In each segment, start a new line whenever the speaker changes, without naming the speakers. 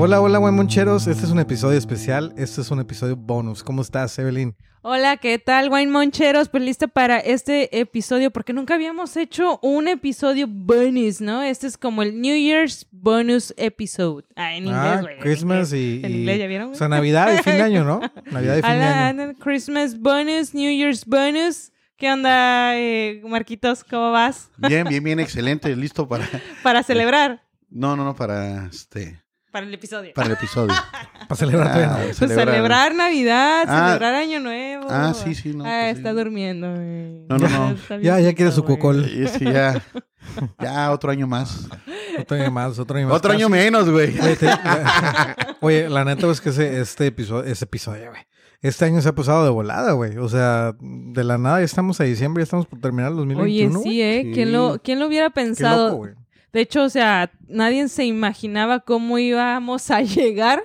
Hola, hola, guaymoncheros. Este es un episodio especial. Este es un episodio bonus. ¿Cómo estás, Evelyn?
Hola, ¿qué tal, Wine Moncheros? Pues lista para este episodio, porque nunca habíamos hecho un episodio bonus, ¿no? Este es como el New Year's Bonus Episode. Ah, en inglés,
ah,
güey. en
Christmas
inglés.
y,
En
y-
inglés, ¿ya vieron?
O
güey?
sea, Navidad y fin de año, ¿no? Navidad y fin de
Ala,
año.
anda, Christmas Bonus, New Year's Bonus. ¿Qué onda, eh, Marquitos? ¿Cómo vas?
Bien, bien, bien, excelente, listo para...
Para celebrar,
No, no, no, para este...
para el episodio.
Para el episodio.
Para celebrar
Ah,
todavía no.
Pues celebrar, Navidad,
Ah.
celebrar Año Nuevo.
Ah, sí, sí, no.
ah,
pues sí.
está durmiendo, güey.
No, no, no.
Está
Ya, ya quiere
viejito,
su
güey.
cocol.
Y sí, ya, ya, otro año más.
Otro año más, otro año más.
Otro año menos, güey.
Oye, te- Oye, la neta es que ese, este episodio, ese episodio, güey. Este año se ha pasado de volada, güey. O sea, de la nada ya estamos a diciembre, ya estamos por terminar el 2021.
Oye, sí, ¿eh?
Sí.
¿Quién, lo, ¿Quién lo hubiera
Qué loco,
pensado?
güey.
de hecho, o sea, nadie se imaginaba cómo íbamos a llegar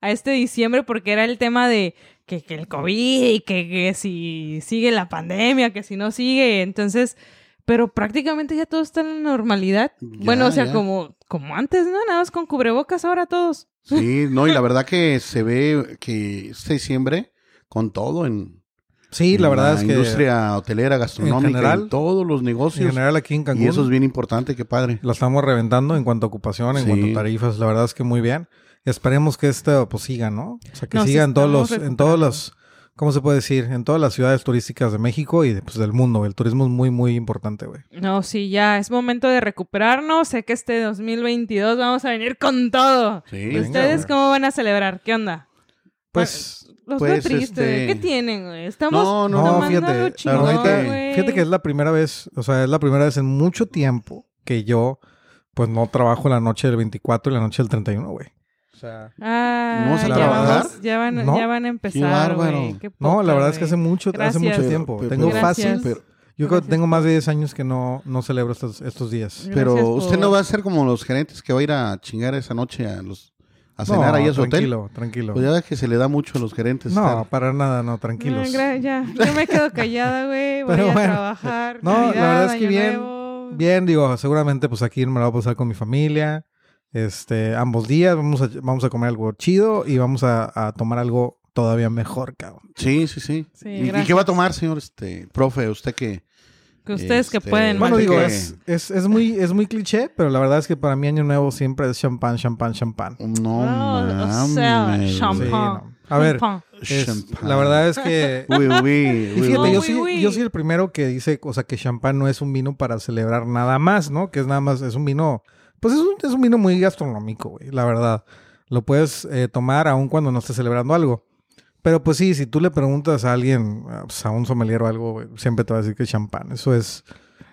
a este diciembre porque era el tema de que, que el COVID y que, que si sigue la pandemia, que si no sigue. Entonces, pero prácticamente ya todo está en la normalidad.
Ya,
bueno, o sea,
ya.
como, como antes, ¿no? Nada más con cubrebocas ahora todos.
Sí, no, y la verdad que se ve que este diciembre, con todo en...
Sí, la
en
verdad es que
industria hotelera, gastronómica, en,
general,
todos los
en
negocios.
general aquí en Cancún. Este
Y eso es bien importante, qué padre.
La estamos reventando en cuanto a ocupación, en
Sí.
cuanto a tarifas, la verdad es que muy bien. Esperemos que esta pues siga, ¿no? O sea, que
Nos
siga en todos los,
estamos
en todos
recuperando.
los, ¿cómo se puede decir? En todas las ciudades turísticas de México y de, pues, del mundo. El turismo es muy, muy importante, güey.
No, sí, ya es momento de recuperarnos. Sé que este 2022 vamos a venir con todo.
Sí.
¿Y
Venga,
ustedes
güey.
cómo van a celebrar? ¿Qué onda?
Pues,
Los veo
Pues,
tristes.
este-
¿Qué tienen, güey? Estamos
No, no,
no,
tomando
no.
fíjate,
algo
la
chingón,
verdad que-
güey.
fíjate que es la primera vez, o sea, es la primera vez en mucho tiempo que yo, pues no trabajo la noche del 24 y la noche del 31, güey. O sea,
Ah,
¿No vas a
ya,
trabajar?
vamos- ya van,
No.
ya van a empezar,
bárbaro.
güey. Qué
no, la
poca,
verdad es que hace
güey.
mucho, hace
Gracias.
mucho
Pero-
tiempo.
pero-
tengo
pero-
fácil.
Pero,
Yo creo que
Gracias.
tengo más de 10 años que no, no celebro estos, estos días.
pero
Gracias
usted
por-
no va a ser como los gerentes que va a ir a chingar esa noche a los a cenar
No,
ahí a su hotel.
Tranquilo, tranquilo.
Pues ya ves que se le da mucho a los gerentes.
No,
estar-
para nada, no,
No,
tranquilos.
gra- ya, yo me quedo callada, güey. Voy
Pero
a
bueno.
trabajar.
No, la
Navidad,
verdad es que
Año
bien,
Nuevo.
Bien, digo, seguramente pues aquí me la voy a pasar con mi familia. Este, ambos días vamos a, vamos a comer algo chido y vamos a, a tomar algo todavía mejor, cabrón.
Sí, sí, sí.
Sí,
¿Y- ¿Y,
gracias.
qué va a tomar, señor este profe? Usted que
Que ustedes que
Este,
pueden.
Bueno,
más
digo,
que-
es, es, es muy, es muy cliché, pero la verdad es que para mí Año Nuevo siempre es champán, champán, champán.
no
Oh, o sea,
mames.
Sí,
champán.
no. A ver,
Pum, pum.
es-
Champán.
la verdad es que...
Uy, uy,
Y
uy,
fíjate,
uy.
yo
uy,
soy,
uy.
yo soy el primero que dice, o sea, que champán no es un vino para celebrar nada más, ¿no? Que es nada más, es un vino, pues es un, es un vino muy gastronómico, güey, la verdad. Lo puedes eh, tomar aun cuando no estés celebrando algo. Pero pues sí, si tú le preguntas a alguien, ah, pues, a un sommelier o algo, güey, siempre te va a decir que es champán. Eso es,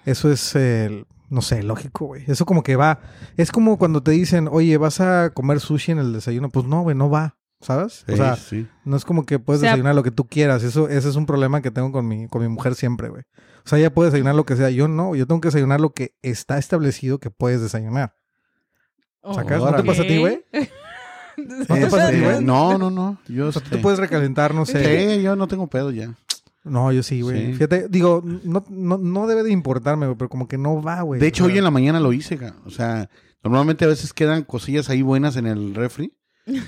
eso es, eh, el- no sé, lógico, güey. Eso como que va. Es como cuando te dicen, oye, ¿vas a comer sushi en el desayuno? Pues no, güey, no va, ¿sabes?
Sí,
o sea,
sí.
no es como que puedes
O sea-
desayunar lo que tú quieras. Eso, ese es un problema que tengo con mi, con mi mujer siempre, güey. O sea, ella puede desayunar lo que sea. Yo no. Yo tengo que desayunar lo que está establecido que puedes desayunar. ¿Sacas? ¿No te
Órale.
pasa a ti, güey? ¿No te pasa a ti,
Este,
güey?
no, no, no. Yo
O sea,
este-
tú puedes recalentar, no sé.
Sí, yo no tengo pedo ya.
No, yo sí, güey.
Sí.
Fíjate, digo, no, no, no debe de importarme, güey, pero como que no va, güey.
De hecho,
O sea,
hoy en la mañana lo hice, ca. o sea, normalmente a veces quedan cosillas ahí buenas en el refri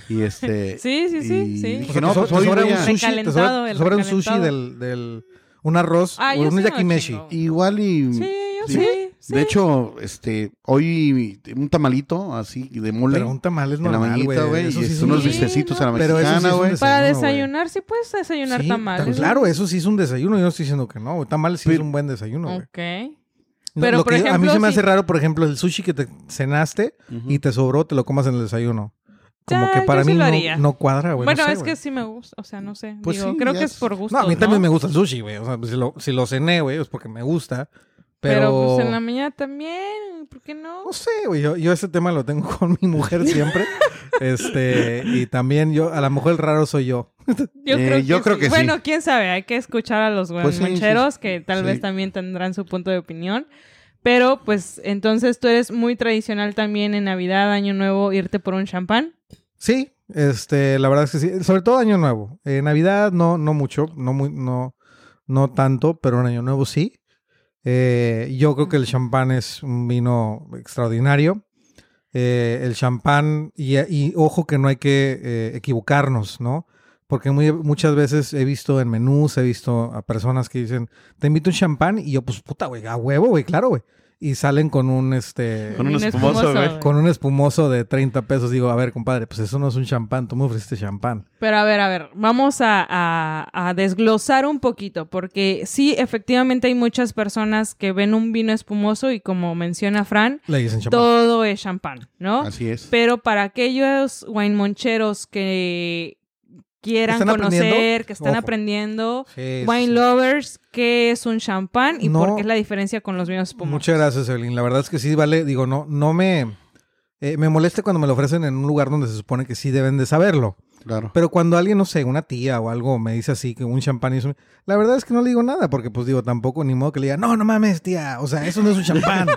y este
Sí, sí, sí,
y
sí.
o
dije,
sea,
no,
te so-
pues
te
hoy
sobra
voy
un
a-
sushi, te sobra,
Recalentado, el
sobra un sushi
recalentado.
del, del- un arroz
Ah,
o
yo
un
sí me lo
yakimeshi.
chingo.
igual y
Sí, yo
Sí.
sí.
De hecho, este, hoy un tamalito así de mole
Pero un tamal es
en la
normal,
mañita, güey,
güey.
y
Eso sí
este,
es
unos
un-
Sí,
bistecitos a la
no, pero eso sí
mexicana,
es un
güey.
desayuno,
Para
güey.
desayunar, sí puedes desayunar
Sí,
tamales.
tan- Claro, eso sí es un desayuno. Yo no estoy diciendo que no. güey. Tamales sí es
Pero-
un buen desayuno, güey.
Ok.
No,
Pero,
lo
por
que yo- a mí
ejemplo,
se me
si-
hace raro, por ejemplo, el sushi que te cenaste
Ujú.
y te sobró, te lo comas en el desayuno. Como
Ya,
que para
yo sí
mí
lo
no,
haría.
no cuadra, güey.
bueno,
no sé,
es
güey.
que sí me gusta, o sea, no sé.
Pues
Digo,
sí,
creo
ya
que es
es-
por gusto.
No, a mí también me gusta el sushi, güey. O sea, pues, si lo, si lo cené, güey, es porque me gusta. Pero,
Pero pues en la mañana también, ¿por qué no?
Pues,
no sé, güey. Yo, yo ese tema lo tengo con mi mujer siempre. este, y también yo, a lo mejor el raro soy yo.
Yo
Eh, yo creo que sí.
Bueno, quién sabe, hay que escuchar a los
Pues sí,
moncheros
sí, sí.
que tal
Sí.
vez también tendrán su punto de opinión. Pero pues entonces tú eres muy tradicional también en Navidad, Año Nuevo, irte por un champán.
Sí, este, la verdad es que sí. Sobre todo Año Nuevo. Eh, Navidad no, no mucho, no muy, no, no tanto, pero en Año Nuevo sí. Eh, yo creo que el champán es un vino extraordinario. eh, el champán y, y ojo que no hay que eh, equivocarnos, ¿no? Porque muy- muchas veces he visto en menús, he visto a personas que dicen, te invito un champán y yo pues puta, güey, a huevo, güey, claro, güey. Y salen con un, este,
Con un
Vino
espumoso, güey.
güey.
con un espumoso de 30 pesos. Digo, a ver, compadre, pues eso no es un champán, tú me ofreciste champán.
Pero a ver, a ver, vamos a, a- a desglosar un poquito, porque sí, efectivamente hay muchas personas que ven un vino espumoso y como menciona Fran,
Le dicen champán.
todo es champán, ¿no?
Así es.
Pero para aquellos wine moncheros que quieran
¿Están aprendiendo?
conocer, que están
Ojo.
aprendiendo,
Sí,
wine
sí.
lovers, ¿qué es un champán y
No.
por qué es la diferencia con los vinos espumosos?
Muchas gracias, Evelyn. La verdad es que sí, vale, digo, no, no me, eh, me molesta cuando me lo ofrecen en un lugar donde se supone que sí deben de saberlo.
Claro.
Pero cuando alguien, no sé, una tía o algo me dice así que un champán y eso, la verdad es que no le digo nada, porque pues digo, tampoco ni modo que le diga, no, no mames, tía, o sea, eso no es un champán,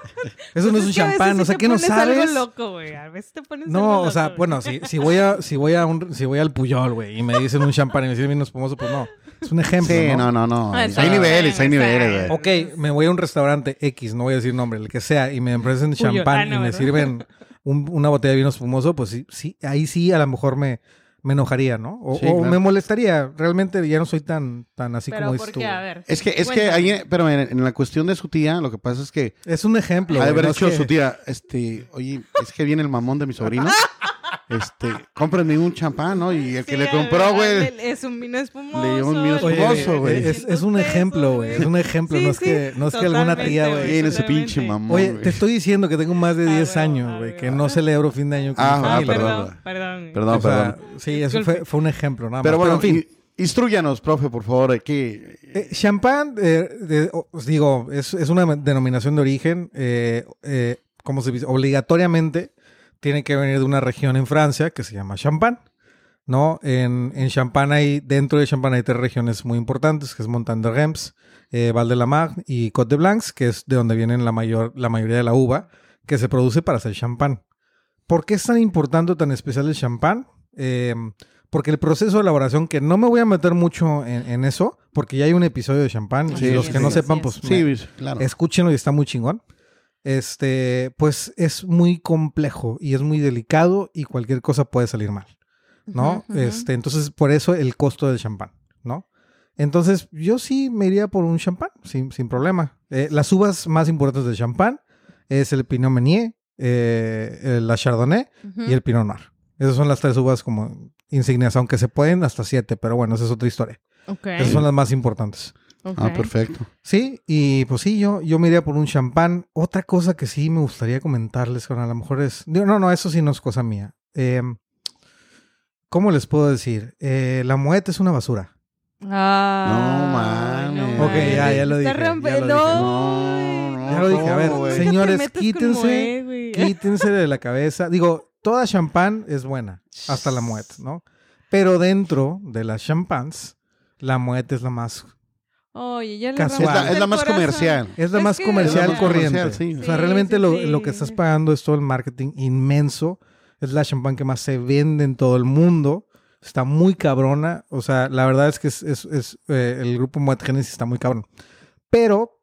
eso no es un
Pues que a veces
champán,
sí
o sea,
te
¿qué no
pones
sabes?
Algo loco, güey. A veces te pones algo
No, o
loco,
sea,
güey.
bueno, si, si voy a, si voy a un, si voy al Puyol, güey, y me dicen un champán y me dicen vino espumoso, pues no, es un ejemplo,
Sí,
¿no?
no, no, no.
Ah,
Hay
está
niveles,
bien,
hay
está
niveles,
bien.
güey.
Ok, me voy a un restaurante X, no voy a decir nombre, el que sea, y me ofrecen
Puyol.
champán
Ah, no,
y me
¿verdad?
sirven un- una botella de vino espumoso, pues sí, sí, ahí sí a lo mejor me, me enojaría, ¿no? O,
Sí,
o
claro.
me molestaría. Realmente ya no soy tan, tan así
Pero
como
¿por
dices tú.
qué? A
güey.
ver.
Es que, es que
Cuéntame.
ahí, pero en, en la cuestión de su tía, lo que pasa es que
Es un ejemplo.
ha de
güey,
haber
no es
dicho
que-
su tía, este, oye, es que viene el mamón de mi sobrino, este, cómprenme un champán, ¿no? Y el que
Sí,
le
a
compró,
ver,
güey,
ándale, Es un vino espumoso.
Le dio un vino
Oye,
espumoso,
güey,
güey.
es, es un ejemplo, güey. Es un ejemplo.
Sí,
no es
sí,
que, no es que alguna tía,
totalmente,
güey.
güey.
viene su
Totalmente.
pinche mamón,
Oye,
güey.
te estoy diciendo que tengo más de
Ah,
10
huevo,
años,
ah,
güey, que
huevo.
no celebro fin de año con
Ah,
mi
ah,
familia.
perdón,
Perdón,
güey.
perdón. güey.
Perdón,
O sea,
perdón.
sí, eso
Disculpe.
fue, fue un ejemplo, nada más.
Pero bueno,
en fin.
in- instruyanos, profe, por favor, aquí.
Eh, champán, eh, de- o- os digo, es, es una denominación de origen, eh, eh, como se dice, obligatoriamente tiene que venir de una región en Francia que se llama Champán, ¿no? En, en Champán hay, dentro de Champán hay tres regiones muy importantes, que es Montagne de Reims, eh, Val de la Marne y Côte de Blancs, que es de donde vienen la, mayor, la mayoría de la uva que se produce para hacer champán. ¿Por qué es tan importante o tan especial el champán? Eh, porque el proceso de elaboración, que no me voy a meter mucho en, en eso, porque ya hay un episodio de champán,
Así
y los
es,
que no
así
sepan,
es.
pues
Sí,
me-
claro.
escúchenlo y está muy chingón. Este, pues es muy complejo y es muy delicado y cualquier cosa puede salir mal, ¿no?
Ujú, ujú.
Este, entonces por eso el costo del champán, ¿no? Entonces yo sí me iría por un champán sin, sin problema. Eh, las uvas más importantes del champán es el Pinot Meunier, eh, eh, la Chardonnay
Ujú.
y el Pinot Noir. Esas son las tres uvas como insignias, aunque se pueden hasta siete, pero bueno, esa es otra historia.
Ok,
Esas son las más importantes.
ok.
Ah, perfecto.
Sí, y pues sí, yo, yo me iría por un champán. Otra cosa que sí me gustaría comentarles, con a lo mejor es. digo, No, no, eso sí no es cosa mía. Eh, ¿Cómo les puedo decir? Eh, la muerte es una basura.
Ah,
No mames.
no
Ok, ya, ya
lo
Está
dije, ya lo
rompe-
dije.
No.
No,
Ya lo dije, a ver,
güey.
te
señores,
metas como
quítense,
él, güey.
Quítense de la cabeza. Digo, toda champán es buena, hasta la muerte, ¿no? Pero dentro de las champans, la muerte es la más.
Oye, ya le
Casual.
Es la,
rompiste
es la
el
más
corazón.
comercial.
Es la
Es
más
que-
comercial
Es la más
corriente.
comercial, sí.
O sea,
Sí,
realmente
sí,
lo,
sí.
lo que estás pagando es todo el marketing inmenso. Es la champán que más se vende en todo el mundo. Está muy cabrona. O sea, la verdad es que es, es- es, eh, el grupo Moet Genesis está muy cabrón. Pero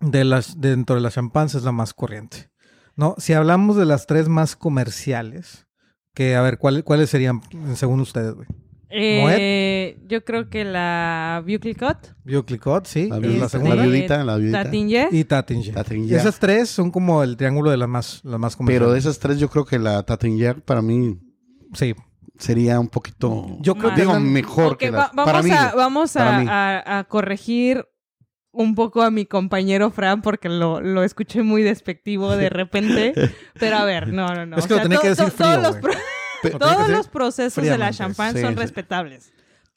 de las, dentro de las champans es la más corriente. ¿no? Si hablamos de las tres más comerciales, que a ver, ¿cuál- ¿cuáles serían eh, según ustedes, güey?
Eh, yo creo que la Buclicot,
Bioclicot, sí,
La,
es
viudita,
la
la
segunda.
viudita, la viudita.
la Tinger.
Y Tattinger.
Tattinger.
Esas tres son como el triángulo de las más, las más comerciales.
Pero de esas tres, yo creo que la Tatinger para mí
Sí.
sería un poquito.
Yo creo que
digo,
es la-
mejor
Ok,
que
va-
la.
vamos
para mí.
a, vamos a-
para mí.
a- a corregir un poco a mi compañero Fran porque lo, lo escuché muy despectivo de repente. Pero a ver, no, no, no.
Es que lo tenía que decir frío,
todos los,
güey.
pro-
Lo tenía que
todos
decir-
los procesos de la
fríamente.
champán
Sí,
son
sí.
respetables.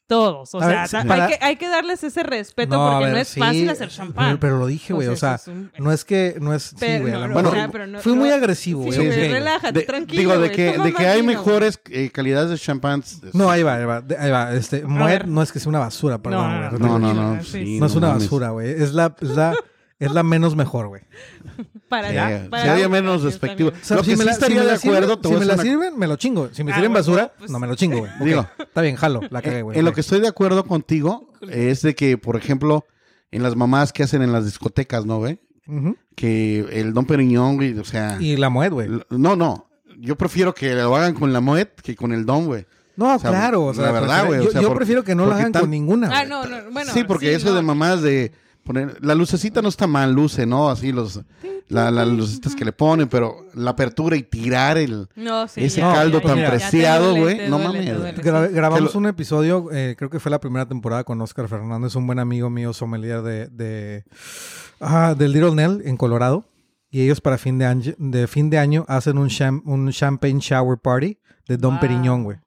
Todos. O
A ver,
sea,
sí,
hay,
para-
que, hay que darles ese respeto
a
porque no
ver,
es
sí,
fácil hacer
pero-
champán.
Pero, lo dije, güey. O
Pues
sea,
eso es un-
no es que. No es. Sí,
Pero
güey. a lo
no, no,
mejor-
o sea,
pero no-
fui muy
no-
agresivo,
Sí,
güey.
güey,
ok.
relájate,
De-
tranquilo.
Digo, de
güey,
que,
toma
de que hay
más vino,
mejores eh, calidades de champán.
No, ahí va, ahí va. de- Ahí va. Este, Moet
ver.
no es que sea una basura,
güey. No,
perdón, güey.
no, no, no,
No,
sí.
es una
mames.
basura, güey. Es la, es, la, es la menos mejor, güey.
Para,
Ya,
para-
sería menos
está
despectivo.
bien.
O sea,
Lo que sí estaría de
sirven-
acuerdo, te
si
voy a
me la
hacer una-
sirven, me lo chingo. Si me
Ah,
sirven
güey,
basura,
pues-
no me lo chingo, güey. Ok,
Digo.
Está bien, jalo, la cagué, güey.
Eh, en lo
ok.
que estoy de acuerdo contigo es de que, por ejemplo, en las mamás que hacen en las discotecas, ¿no, güey?
Ujú.
Que el Don Periñón, güey, o sea.
Y la Moet, güey.
l- No, no. yo prefiero que lo hagan con la Moet que con el Don, güey.
No,
O sea,
claro. O
la
sea,
verdad,
prefiero-
güey, o
Yo,
sea,
yo
por-
prefiero que no lo
porque
hagan
tan-
con ninguna.
Ah,
güey.
no, no, bueno.
sí, porque eso
no.
de mamás de poner la lucecita no está mal, luce, ¿no? Así los la, las lucecitas que le ponen, pero la apertura y tirar el
No, sí,
ese
caldo tan
te
preciado,
duele,
güey,
te
no
duele,
mames.
te duele,
Gra-
sí.
grabamos
Que lo-
un episodio, eh, creo que fue la primera temporada con Oscar Fernández, un buen amigo mío, sommelier de, de ah, del Little Nell en Colorado. Y ellos para fin de año, de fin de año hacen un, cham- un champagne shower party de Don
Wow.
Periñón, güey.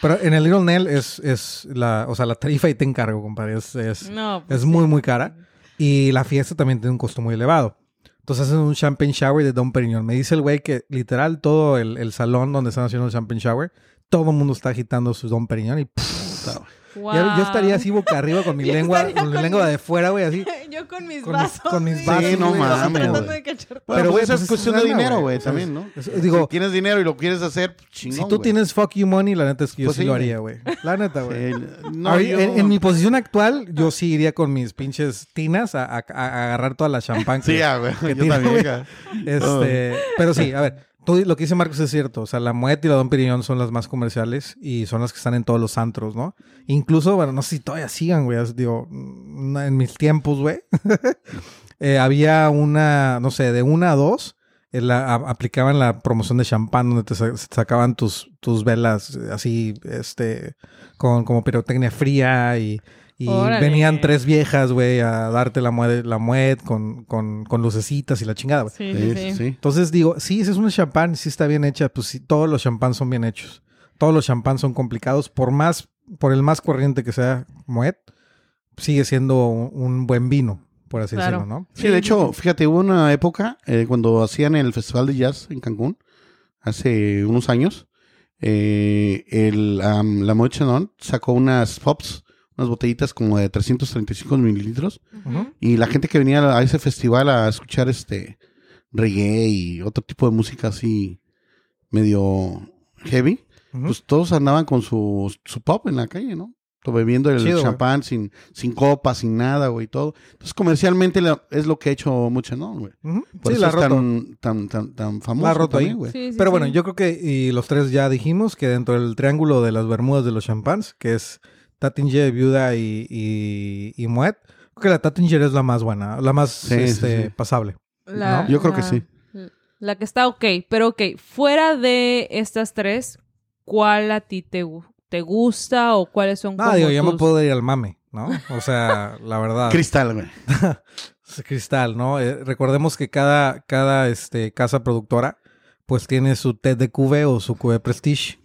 Pero en el Little Nell es, es la, o sea, la tarifa y te encargo, compadre. Es, es,
No, pues
es muy, muy cara. Y la fiesta también tiene un costo muy elevado. Entonces hacen un champagne shower de Don Periñón. Me dice el güey que literal todo el, el salón donde están haciendo el champagne shower, todo el mundo está agitando su Don Periñón y pff,
wow.
ya- yo estaría así boca arriba con mi
Yo
lengua,
estaría
con la
con
lengua
mi-
de fuera, güey, así.
yo con mis
con mis-
vasos.
con mis
sí.
vasos,
Sí, no
güey, así
mames,
como-
Tratando
güey.
de cachar-
Bueno,
Pero,
pero
güey,
esa
pues
es
es
cuestión de
lana,
dinero,
güey,
güey,
¿sabes?
también, ¿no?
Es- digo-
si tienes dinero y lo quieres hacer, pues, chingón,
si tú
güey.
tienes fuck you money, la neta es que yo
Pues
sí,
sí,
lo
güey.
haría, güey. La neta, güey.
Sí, no,
eh, Ahorita-
yo-
en, en mi posición actual, yo sí iría con mis pinches tinas a, a- a agarrar toda la champán.
Sí,
que-
ah, güey,
que
yo
tiene,
también,
güey.
ca-
Este, pero sí, a ver, tú- lo que dice Marcos es cierto. O sea, la Moet y la Don Periñón son las más comerciales y son las que están en todos los antros, ¿no? Incluso, bueno, no sé si todavía sigan, güey. es- Digo, mm, en mis tiempos, güey, eh, había una, no sé, de una a dos, eh, la- a- aplicaban la promoción de champán donde te sa- sacaban tus, tus velas eh, así, este, con como pirotecnia fría y... y
Órale.
venían tres viejas, güey, a darte la mued, la mued con, con, con lucecitas y la chingada, güey.
Sí,
Sí,
sí,
sí,
sí.
sí.
Entonces digo, sí, ese es un champán, sí está bien hecha, pues sí, todos los champán son bien hechos. Todos los champán son complicados, por más, por el más corriente que sea Moet, sigue siendo un, un buen vino, por así
Claro.
decirlo, ¿no?
Sí, de hecho, fíjate, hubo una época eh, cuando hacían el Festival de Jazz en Cancún, hace unos años, eh, el, am, la Moët Chandon sacó unas pops, unas botellitas como de 335 mililitros,
Ujú.
y la gente que venía a ese festival a escuchar este reggae y otro tipo de música así medio heavy,
Ujú.
pues todos andaban con su, su pop en la calle, ¿no? To- Bebiendo el
Chido, güey.
champán sin, sin copa, sin nada, güey, todo. Entonces, comercialmente la- es lo que ha hecho mucho, ¿no, güey?
Ujú.
Por
sí,
eso
la
es
roto.
tan, tan, tan, tan famoso
La ha roto
también,
ahí.
güey.
Sí, sí,
pues. Pero bueno,
sí.
yo creo que, y los tres ya dijimos que dentro del triángulo de las Bermudas de los champáns, que es Tattinger, Viuda y, y, y Moet, creo que la Tattinger es la más buena, la más
Sí, sí,
este,
sí.
pasable.
La-
Yo creo que
la-
sí.
La que está ok, pero ok, fuera de estas tres, ¿cuál a ti te, gu- te gusta o cuáles son
No,
como
Ah, digo, yo me
tus-
puedo ir al mame, ¿no? O sea, la verdad.
Cristal, güey.
Es Cristal, ¿no? Eh, recordemos que cada, cada este, casa productora pues tiene su TDQV o su QV Prestige,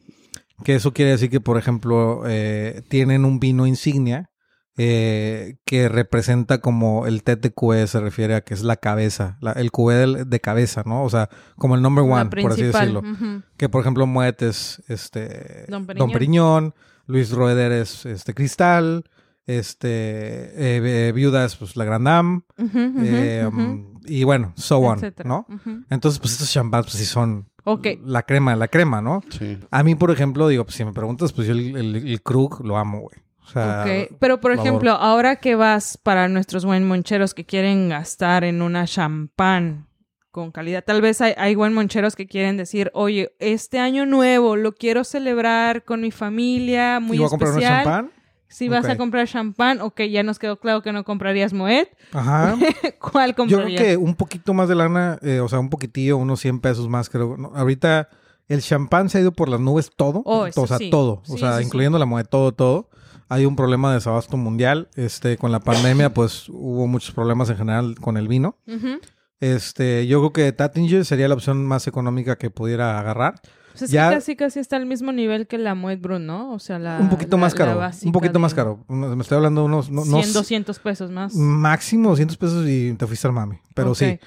que eso quiere decir que, por ejemplo, eh, tienen un vino insignia eh, que representa como el TDQV se refiere a que es la cabeza, la- el QV del- de cabeza, ¿no? O sea, como el number
la
one, por así
principal?
decirlo.
Ujú.
Que, por ejemplo, Moet es este,
Don
Don
Periñón.
Periñón, Luis Roeder es este, Cristal, este, eh, eh, Viuda es pues, la Grand Am.
Ujú, ujú,
Eh,
ujú,
um, y bueno, so on,
etcétera.
¿no?
Ujú.
Entonces, pues estos champán, pues sí son
Ok.
la crema, la crema, ¿no?
Sí.
A mí, por ejemplo, digo, pues si me preguntas, pues yo el, el, el Krug lo amo, güey. O sea,
Ok, pero por
lo adoro.
ejemplo, ahora que vas para nuestros buen moncheros que quieren gastar en una champán con calidad, tal vez hay, hay buen moncheros que quieren decir, oye, este año nuevo lo quiero celebrar con mi familia, muy
¿y voy a comprar un
especial.
champán?
Si vas
Ok.
a comprar champán, ok, ya nos quedó claro que no comprarías Moet.
Ajá.
¿Cuál
Yo creo
comprarías?
que un poquito más de lana, eh, o sea, un poquitillo, unos 100 pesos más, creo. No, ahorita el champán se ha ido por las nubes todo.
Oh, eso
o sea,
sí.
todo. O
Sí,
sea,
eso sí.
incluyendo la moda, todo, todo. Hay un problema de desabasto mundial. Este, con la pandemia, pues hubo muchos problemas en general con el vino.
Ujú.
Este, yo creo que Tattinger sería la opción más económica que pudiera agarrar.
Pues es
ya-
que casi, casi está al mismo nivel que la Moet Brun, ¿no? O sea, la.
un poquito
Ah, la-
más
la
caro.
básica
Un poquito
de
más caro. Uno- Me estoy hablando de unos no, Mm, no
100,
sé,
200 pesos más.
máximo 200 pesos y te fuiste al mami. Pero
Ok.
sí,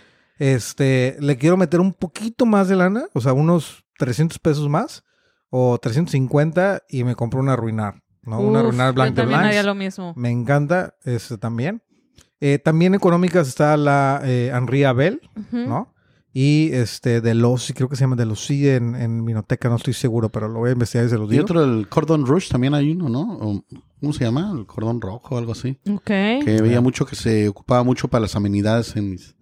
este, le quiero meter un poquito más de lana, o sea, unos 300 pesos más o 350 y me compro una arruinar, ¿no? una
Uf,
arruinar
yo
Blanc de
también haría
Blanc.
lo mismo.
Me encanta este también. Eh, también económicas está la eh, Henri Abel.
Ujú.
¿no? Y este, de los, creo que se llama de los sí en, en Minoteca, no estoy seguro, pero lo voy a investigar y se los
Y
digo.
otro, el Cordon Rouge, también hay uno, ¿no? O, ¿Cómo se llama? El Cordón Rojo o algo así.
Ok.
Que veía mucho que se ocupaba mucho para las amenidades en mis,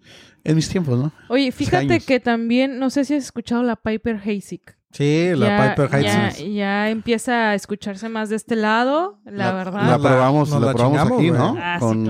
en mis tiempos, ¿no?
Oye, fíjate
años.
que también, no sé si has escuchado la Piper Hasek.
Sí, la
ya,
Piper
ya,
Heights.
ya empieza a escucharse más de este lado, la,
La,
verdad.
probamos,
nos
la,
la
probamos
chingamos,
aquí,
güey.
¿no?
Ah, sí, claro.
No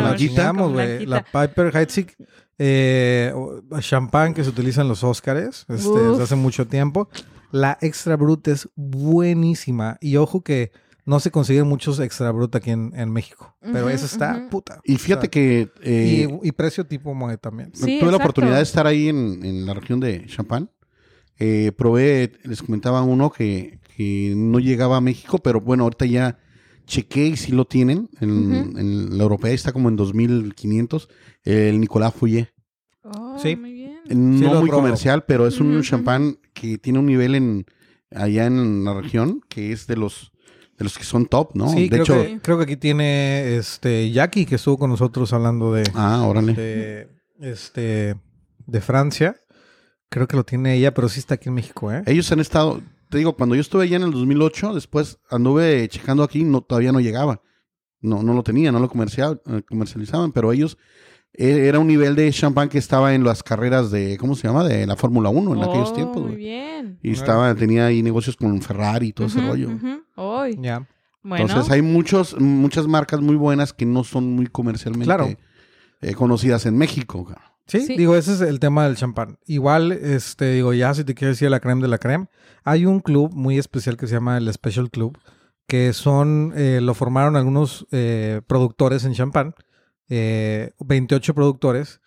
la
Blanquita.
chingamos,
Con
güey. La
Blanquita.
Piper Heidsieck, eh, o- champán que se utiliza en los Oscars este,
Uf.
desde hace mucho tiempo. La Extra Brut es buenísima. Y ojo que no se consiguen muchos Extra Brut aquí en, en México. Pero
Ujú,
esa está
ujú.
puta.
Y fíjate
O sea,
que eh,
y, y precio tipo Moe también.
Sí,
tuve la
exacto.
oportunidad de estar ahí en, en la región de Champán. Eh, probé, les comentaba uno que, que no llegaba a México, pero bueno, ahorita ya chequé y sí lo tienen. En,
Ujú.
en la europea está como en 2500. El Nicolás Fouillet.
Oh,
Sí.
muy bien.
Mm, No
lo
muy
probó.
comercial, pero es un
Ujú, ujú.
champán que tiene un nivel en allá en la región que es de los de los que son top, ¿no?
sí,
de
creo,
hecho,
que, creo que aquí tiene este Jackie que estuvo con nosotros hablando de,
ah, órale.
de, este, de Francia. Creo que lo tiene ella, pero sí está aquí en México, ¿eh?
Ellos han estado, te digo, cuando yo estuve allá en el 2008, después anduve checando aquí, no, todavía no llegaba. No, no lo tenía, no lo comercial, eh, comercializaban, pero ellos eh, era un nivel de champán que estaba en las carreras de, ¿cómo se llama? De la Fórmula 1 en aquellos
Oh,
tiempos,
Muy
güey.
bien.
Y estaba, tenía ahí negocios con Ferrari y todo ese
Ujú,
rollo. güey.
ujú. Ay,
Ya.
Bueno,
Entonces hay muchos, muchas marcas muy buenas que no son muy comercialmente
Claro.
eh, conocidas en México. cabrón.
Sí,
Sí.
digo, ese es el tema del champán. Igual, este, digo, ya si te quieres ir a la creme de la creme, hay un club muy especial que se llama el Special Club, que son, eh, lo formaron algunos eh, productores en champán, eh, 28 productores,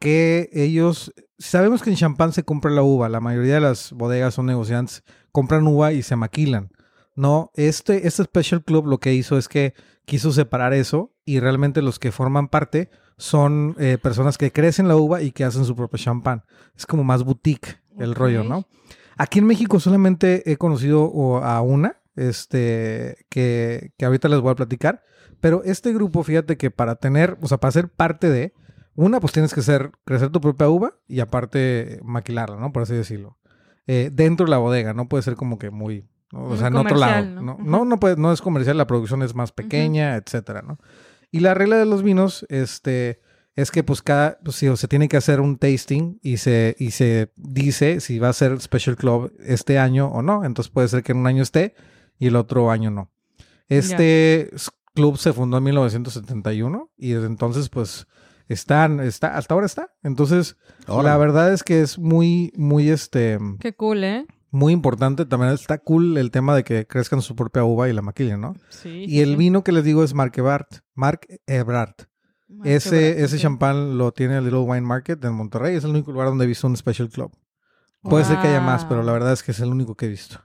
que ellos, sabemos que en champán se compra la uva, la mayoría de las bodegas son negociantes, compran uva y se maquilan. No, este, este Special Club lo que hizo es que quiso separar eso y realmente los que forman parte son eh, personas que crecen la uva y que hacen su propio champán. Es como más boutique el
Ok.
rollo, ¿no? Aquí en México solamente he conocido o- a una, este, que, que ahorita les voy a platicar, pero este grupo, fíjate que para tener, o sea, para ser parte de, una, pues tienes que ser, crecer tu propia uva y aparte eh, maquilarla, ¿no? Por así decirlo. Eh, dentro de la bodega, no puede ser como que muy, ¿no? o
Muy
sea, en otro lado.
comercial, ¿no?
No,
Ujú.
no, no, puede- no es comercial, la producción es más pequeña, etcétera, ¿no? Y la regla de los vinos, este, es que pues cada, pues, sí, o se tiene que hacer un tasting y se, y se dice si va a ser Special Club este año o no. Entonces puede ser que en un año esté y el otro año no. Este s- club se fundó en 1971 y desde entonces pues están, está, hasta ahora está. Entonces, la
Órale.
verdad es que es muy, muy, este,
qué cool, ¿eh?
muy importante. También está cool el tema de que crezcan su propia uva y la maquilla, ¿no?
Sí.
Y el
sí.
vino que les digo es Mark Ebrard. Mark Ebrard.
Más
Ese,
quebrado,
ese
sí.
champán lo tiene el Little Wine Market en Monterrey. Es el único lugar donde he visto un special club. Puede ser que haya más, pero la verdad es que es el único que he visto.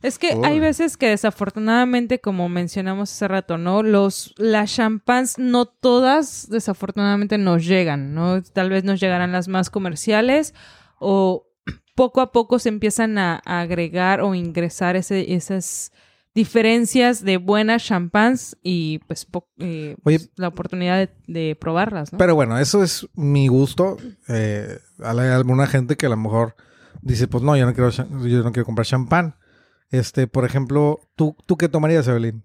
Es que
Órale.
hay veces que desafortunadamente, como mencionamos hace rato, ¿no? Los, las champans, no todas desafortunadamente nos llegan, ¿no? Tal vez nos llegarán las más comerciales o poco a poco se empiezan a, a agregar o ingresar ese, esas diferencias de buenas champans y pues, po- eh,
Oye.
pues, la oportunidad de, de probarlas, ¿no?
Pero bueno, eso es mi gusto. Eh, hay alguna gente que a lo mejor dice, pues no, yo no quiero, cha- yo no quiero comprar champán. Este, por ejemplo, ¿tú, ¿tú qué tomarías, Evelyn?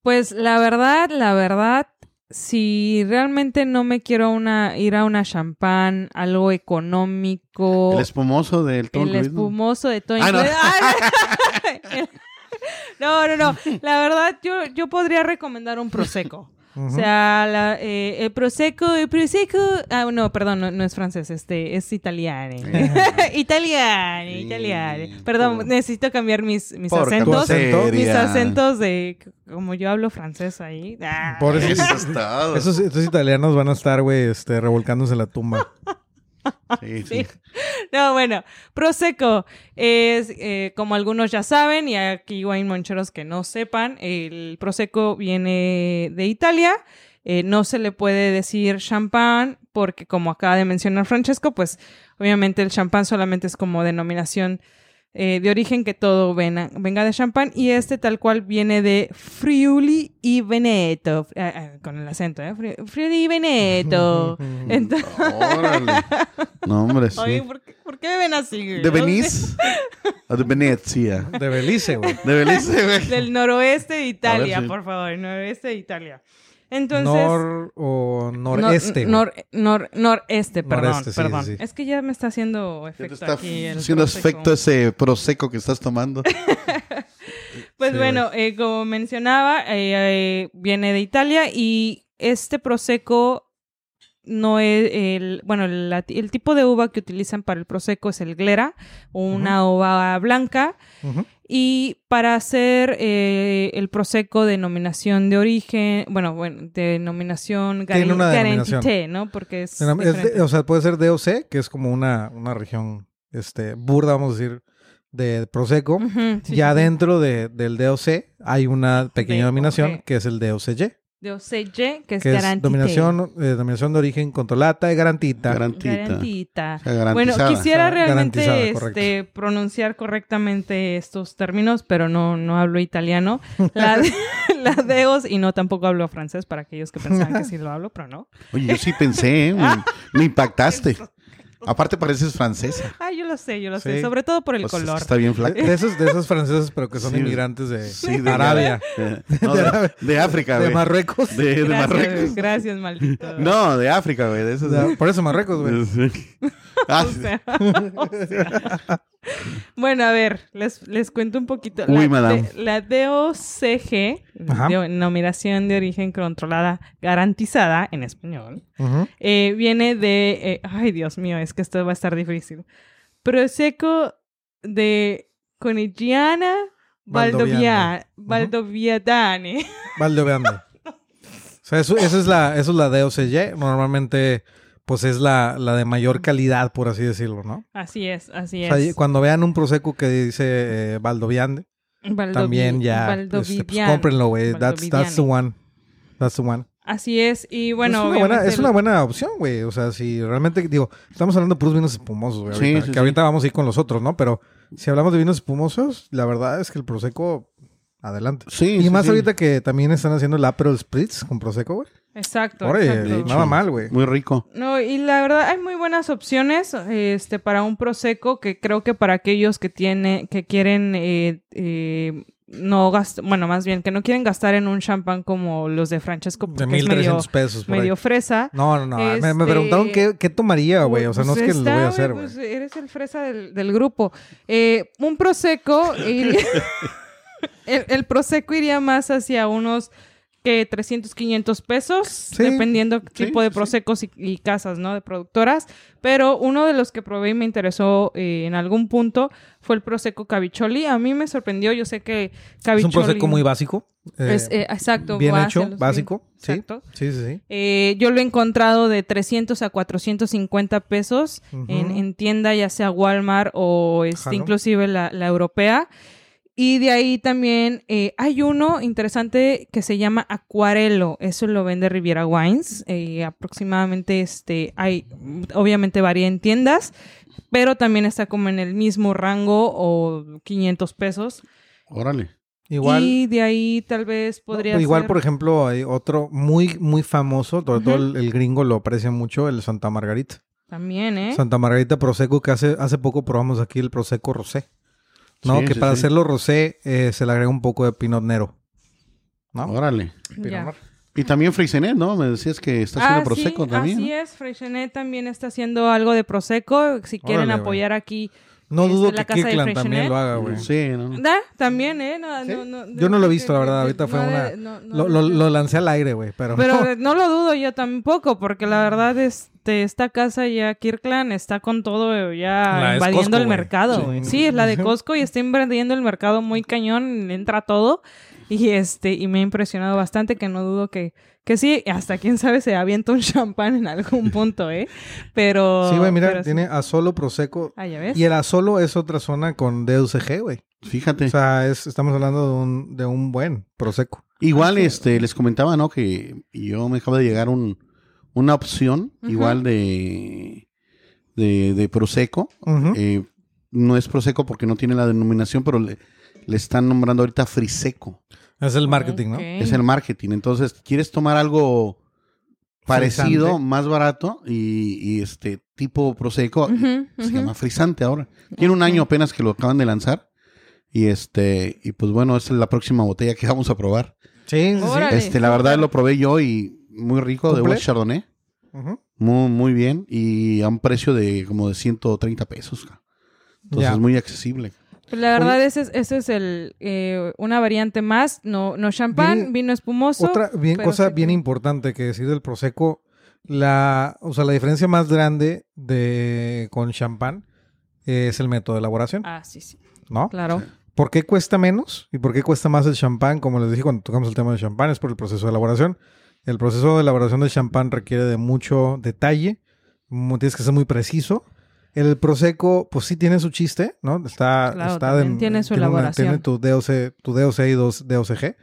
Pues la verdad, la verdad, si realmente no me quiero una, ir a una champán, algo económico,
oh,
El espumoso del todo
el
incluido.
espumoso de todo
Ah, no.
incluido. Ay, no. no, no, La verdad, yo, yo podría recomendar un prosecco.
Ujú.
O sea, la- eh, el prosecco, el prosecco. Ah, no, perdón, no, no es francés, este, es italiano. italiano,
Eh. Sí,
italiano. Perdón,
por-
necesito cambiar mis, mis
Porca
acentos.
acento,
Mis
miseria.
acentos de como yo hablo francés ahí. Ah.
Por eso-
Eso es todo.
Esos, esos italianos van a estar, güey, este, revolcándose en la tumba.
Sí,
Sí.
sí.
No, bueno, Prosecco es, eh, como algunos ya saben, y aquí hay moncheros que no sepan, el Prosecco viene de Italia, eh, no se le puede decir champán, porque como acaba de mencionar Francesco, pues obviamente el champán solamente es como denominación eh, de origen que todo vena- venga de champán, y este tal cual viene de Friuli y Veneto, Ah, ah, con el acento, ¿eh? Fri- Friuli y Veneto. Entonces,
Órale. No, hombre, sí.
Oye, ¿por qué, por qué me ven así? güey?
¿De Venice? ¿O de Venecia?
De Belice, güey.
¿De Belice, güey?
Del noroeste de Italia,
A ver, sí.
por favor, noroeste de Italia. Entonces.
Nor o noreste. güey.
Nor, nor- noreste, perdón.
Noreste, sí,
perdón.
sí, sí.
Es que ya me está haciendo
Ya te
efecto
está
aquí. el
haciendo
Prosecco.
efecto ese proseco que estás tomando.
Pues
Sí,
bueno, eh, como mencionaba, eh, eh, viene de Italia y este prosecco no es el bueno el, la- el tipo de uva que utilizan para el prosecco es el glera, una uva blanca
Ujú.
y para hacer eh, el prosecco denominación de origen, bueno, bueno,
Tiene
denominación garen-
una denominación.
garantité, ¿no? Porque es,
Era- es de-
diferente.
o sea, puede ser DOC, que es como una, una región este, burda, vamos a decir, de Prosecco.
Ujú, sí,
ya
sí, sí.
dentro de, del DOC hay una pequeña
DOC.
denominación que es el DOCY,
de OCG, que es,
que es
garantité.
dominación, eh, dominación de origen controlada y garantita.
Garantita.
Garantita.
O sea,
Bueno,
garantizada.
quisiera
Garantizada,
realmente
correcto.
este, pronunciar correctamente estos términos, pero no, no hablo italiano. La, de- la deos, y no tampoco hablo francés para aquellos que pensaban que sí lo hablo, pero no.
Oye, yo sí pensé, ¿eh? me, me impactaste. Aparte pareces francesa.
Ah, yo lo sé, yo lo sé,
Sí.
sobre todo por el
O sea,
color.
Pues Está bien flaca.
De esos, de esos franceses, pero que son
Sí.
inmigrantes de
Sí,
Arabia,
De, no, de, de África,
de
güey.
Marruecos.
De, de
gracias,
Marruecos.
gracias, maldito.
No, de África, güey. De esos.
De- por eso Marruecos, güey.
Ah,
O sea, o sea. Bueno, a ver, les, les cuento un poquito.
Uy,
la,
madame.
de- la DOCG,
Ajá.
Denominación de Origen Controlada Garantizada, en español,
Ujú.
eh, viene de. eh, ay, Dios mío, es que esto va a estar difícil. Prosecco de Conigliana Valdovia,
Valdoviana.
Valdoviadane.
Valdeobande. O sea, eso, esa es la, eso es la DOCY. Normalmente, pues es la, la de mayor calidad, por así decirlo, ¿no?
Así es, así
O
es.
sea, cuando vean un Prosecco que dice eh, Valdoviande,
Valdovi-
también ya este, pues,
Valdovidian.
cómprenlo, güey. That's, that's the
Valdovidiane.
one. That's the one. Pues
Así es, y bueno,
es una buena,
obviamente
es una buena opción, güey. O sea, si realmente, digo, estamos hablando de puros vinos espumosos, güey.
Sí,
ahorita,
sí,
que
sí.
ahorita vamos a ir con los otros, ¿no? Pero si hablamos de vinos espumosos, la verdad es que el Prosecco, adelante.
sí,
y
sí,
más
sí.
ahorita que también están haciendo el Aperol Spritz con Prosecco, güey.
Exacto,
Órale,
exacto.
De hecho,
nada mal, güey.
Muy rico.
No, y la verdad hay muy buenas opciones este para un prosecco que creo que para aquellos que tiene que quieren eh, eh, no gastar, bueno, más bien que no quieren gastar en un champán como los de Francesco porque
De
es medio
1300 pesos. por ahí.
medio fresa.
No, no, no. me- Me,
Este-
preguntaron qué, qué tomaría, Ah, güey. O sea, no es
Pues
que lo voy
está,
a hacer, güey.
pues eres el fresa del, del grupo. Eh, un prosecco. y- el, el prosecco iría más hacia unos que 300, 500 pesos,
Sí,
dependiendo tipo de
sí.
prosecos y, y casas, ¿no? De productoras. Pero uno de los que probé y me interesó eh, en algún punto fue el prosecco cabicholi. A mí me sorprendió. Yo sé que
Es
cabicholi
un Prosecco muy básico. eh,
es, eh, exacto.
bien
va
hecho,
hacia los-
básico. Sí,
Exacto.
sí, sí. sí.
Eh, yo lo he encontrado de 300 a 450 pesos
Ujú.
en, en tienda, ya sea Walmart o este,
Jalo.
inclusive la, la europea. Y de ahí también eh, hay uno interesante que se llama Acuarelo. Eso lo vende Riviera Wines. Eh, aproximadamente, este, hay, obviamente varía en tiendas, pero también está como en el mismo rango o 500 pesos.
Órale.
Igual.
y de ahí tal vez
No,
podría
pero Igual,
ser-
por ejemplo, hay otro muy, muy famoso, sobre todo el,
Ujú.
el gringo lo aprecia mucho, el Santa Margarita.
También, ¿eh?
Santa Margarita Prosecco, que hace, hace poco probamos aquí el Prosecco Rosé. ¿No?
Sí,
que
sí,
para
sí.
hacerlo rosé eh, se le agrega un poco de pinot nero. ¿No?
Órale.
Ya.
Pinot Noir.
Y también Freisenet, ¿no? Me decías que está haciendo proseco
Ah, sí,
también.
Así es, Freixenet también está haciendo algo de proseco. Si quieren
Órale,
apoyar aquí,
No
Este,
dudo
la
que
casa de
Kirkland
Freixenet.
también lo haga,
¿no?
Ah, güey.
Sí, ¿no?
Da, también, ¿eh? No, no,
Yo no lo he visto, la
de-
verdad.
de-
Ahorita fue
no,
una-
de- no, no,
Lo,
no,
lo-
no.
lo lancé al aire, güey, pero...
Pero eh, no lo dudo yo tampoco, porque la verdad es de esta casa ya Kirkland está con todo eh, ya
La es
invadiendo
Costco,
el
güey.
mercado.
Sí.
güey. Sí. es la de Costco y está invadiendo el mercado muy cañón, le entra todo y este y me ha impresionado bastante que no dudo que que sí, hasta quién sabe se avienta un champán en algún punto, ¿eh? Pero
sí, güey, mira,
pero sí.
tiene Azolo Prosecco.
Ah, ya ves.
Y el Azolo es otra zona con DUCG, güey.
Fíjate.
O sea, es- estamos hablando de un, de un buen Prosecco.
Igual, este, les comentaba, ¿no? Que yo me acaba de llegar un, una opción,
Ujú.
igual de, de, de Prosecco.
Ujú.
Eh, no es Prosecco porque no tiene la denominación, pero le, le están nombrando ahorita Friseco.
es el marketing, ¿no?
Ok.
Es el marketing. Entonces, ¿quieres tomar algo parecido,
Frisante.
más barato y, y, este tipo Prosecco?
Ujú,
Se
ujú.
llama Frisante ahora. Tiene un año apenas que lo acaban de lanzar. Y este, y pues bueno, esa es la próxima botella que vamos a probar.
Sí, sí, sí.
Órale.
Este, la verdad lo probé yo y muy rico de
¿Cumple?
uva chardonnay.
Ujú.
Muy, muy bien. Y a un precio de como de 130 pesos. ca. Entonces
Ya.
muy accesible.
Pues la verdad, ese es, ese es el, eh, una variante más. No, no champán,
Bien-
vino espumoso.
Otra bien,
pero
cosa
sí
bien
que-
importante que decir del Prosecco, la, o sea, la diferencia más grande de con champán eh, es el método de elaboración,
Ah, sí, sí.
¿no?
Claro.
¿Por qué cuesta menos y por qué cuesta más el champán? Como les dije cuando tocamos el tema del champán, es por el proceso de elaboración. El proceso de elaboración del champán requiere de mucho detalle, mu- tienes que ser muy preciso. El prosecco, pues sí tiene su chiste, ¿no? Está,
Claro,
está
también tiene su
una-
elaboración.
tiene tu DOC, tu DOC y dos DOCG,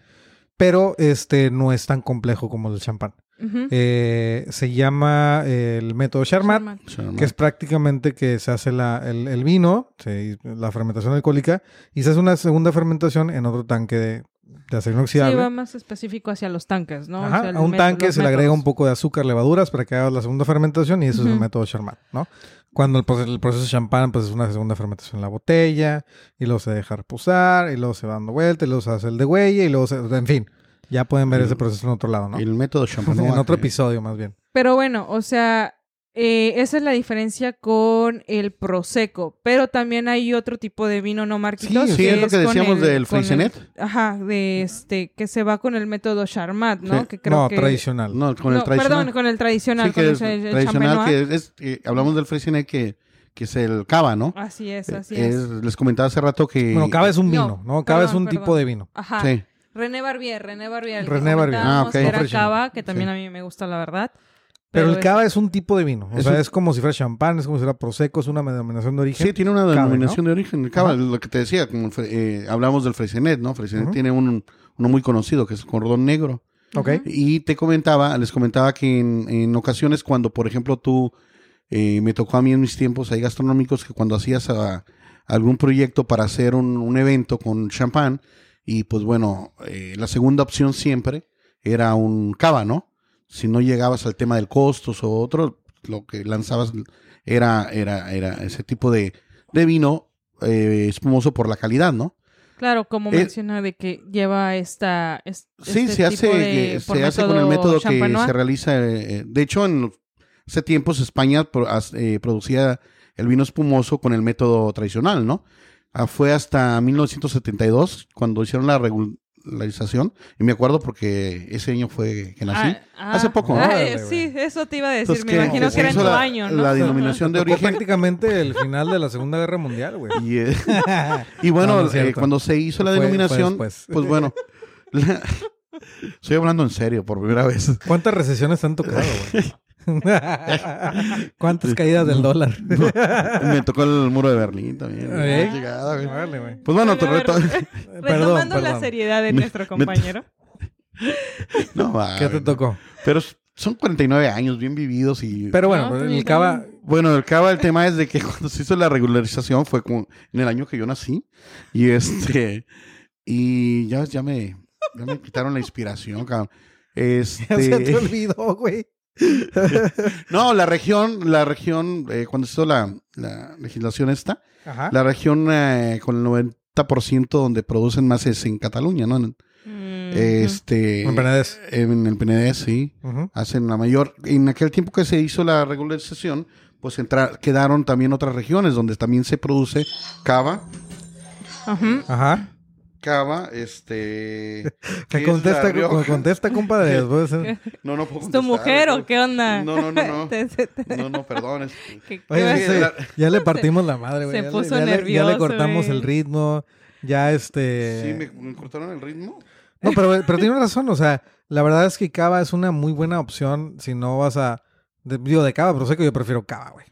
pero este no es tan complejo como el del champán.
Ujú.
Eh, se llama eh, el método Charmat,
Charmat.
O sea,
que es prácticamente que se hace la- el, el vino, se- la fermentación alcohólica, y se hace una segunda fermentación en otro tanque de, de acero
Sí,
inoxidable.
va más específico hacia los tanques, ¿no?
Ajá,
O sea, el
a un
met-
tanque
los
se le agrega un
métodos.
poco de azúcar, levaduras para que haga la segunda fermentación y eso es
Ujú.
el método Charmat, ¿no? Cuando el, proce- el proceso de champán, pues es una segunda fermentación en la botella y luego se deja reposar y luego se va dando vuelta y luego se hace el de huella y luego se... En fin, ya pueden ver ese proceso en otro lado, ¿no?
El método champán.
en otro episodio más bien.
Pero bueno, o sea, eh, esa es la diferencia con el Prosecco. Pero también hay otro tipo de vino no marquitos.
Sí, sí, es lo que
con
decíamos
el-
del
con el-
Freixenet.
Ajá, de este, que se va con el método Charmat, ¿no?
Sí.
Que creo
no,
que...
tradicional.
No, con el
No,
tradicional.
Perdón, con el tradicional.
Sí,
con
que
el
es
tra- el
tradicional,
champenois.
que es, eh, hablamos del Freixenet que, que es el cava, ¿no?
Así es,
Eh,
así
es-
es.
Les comentaba hace rato que...
Bueno, cava es un
No,
vino, ¿no? Cava es
perdón,
un
perdón.
tipo de vino.
Ajá.
Sí.
René Barbier, René Barbier. el que
René Barbier.
comentábamos
Ah, ok.
que era
Ofrecen.
cava, que también
Sí.
a mí me gusta, la verdad.
Pero el
es-
cava es un tipo de vino. O
Es
sea,
un-
es como si fuera champán, es como si fuera prosecco, es una denominación de origen.
Sí, tiene una
Cava,
denominación de origen. el Cava,
Ajá.
lo que te decía, como el Fre- eh, hablamos del Freixenet, ¿no? Freixenet
Ujú.
tiene un, uno muy conocido que es cordón negro.
Ok.
Y te comentaba, les comentaba que en, en ocasiones cuando, por ejemplo, tú, eh, me tocó a mí en mis tiempos ahí gastronómicos, que cuando hacías ah, algún proyecto para hacer un, un evento con champán, y pues bueno, eh, la segunda opción siempre era un cava, ¿no? Si no llegabas al tema del costos o otro, lo que lanzabas era, era, era ese tipo de, de vino eh, espumoso por la calidad, ¿no?
Claro, como
Eh,
menciona de que lleva esta... es-
Sí,
este
se hace,
tipo de-
eh,
por
se hace con el método que
champanois.
se realiza. eh, eh, de hecho, en hace tiempos España pro- as- eh, producía el vino espumoso con el método tradicional, ¿no? Ah, fue hasta 1972 cuando hicieron la regularización. Y me acuerdo porque ese año fue que nací.
Ah, ah.
Hace poco, ¿no?
Ah, eh,
Órale,
sí, eso te iba a decir.
Entonces,
me
que-
imagino
que
que era en
hizo
tu
la-
año, ¿no?
La denominación de
Tocó
origen.
prácticamente el final de la Segunda Guerra Mundial, güey.
Ah.
Y, eh, y bueno,
No, no es
eh,
cierto.
cuando se hizo la
Fue- fue
denominación,
después.
pues bueno. la- estoy hablando en serio por primera vez.
¿Cuántas recesiones te han tocado, güey? ¿Cuántas caídas del dólar?
Me tocó el muro de Berlín también.
¿Eh?
Qué chingada, güey.
Órale, güey.
Pues bueno,
Bueno,
te
a ver,
reto.
Retomando
Perdón,
la
perdón.
seriedad de
Me-
nuestro
me-
compañero.
Ah, No, va,
¿Qué te
güey.
tocó?
Pero son 49 años bien vividos y.
Pero
No,
bueno,
pues,
el cava...
bueno, el cava, el tema es de que cuando se hizo la regularización fue como en el año que yo nací. Y este. Y ya, ya me. Ya me quitaron la inspiración, cabrón.
Ya se te
Este,
olvidó, güey.
no, la región, la región, eh, cuando se hizo la, la legislación esta,
Ajá.
la región eh, con el 90% donde producen más es en Cataluña, ¿no? En-
Mm,
Este,
En Penedés.
En el PND, sí.
Ujú.
Hacen la mayor. En aquel tiempo que se hizo la regularización, pues entra- quedaron también otras regiones donde también se produce cava.
Mm, ujú.
Ajá.
Cava, este. que
Que
es
contesta,
La Rioja.
contesta, compadre. después, eh.
No, no puedo
¿Es tu
contestar,
mujer
no.
o qué onda?
No, no, no, no.
Te- te- te-
No, no, perdón. este,
¿qué- qué
Oye,
vas a
Sí,
se-
la-
ya le partimos la madre, güey.
Se
Ya le-
puso
ya le- Ya le
nervioso,
cortamos
güey.
el ritmo. Ya este.
Sí, me, me cortaron el ritmo.
No, pero, pero tiene razón. O sea, la verdad es que Cava es una muy buena opción si no vas a. de- digo, de Cava, pero sé que yo prefiero Cava, güey.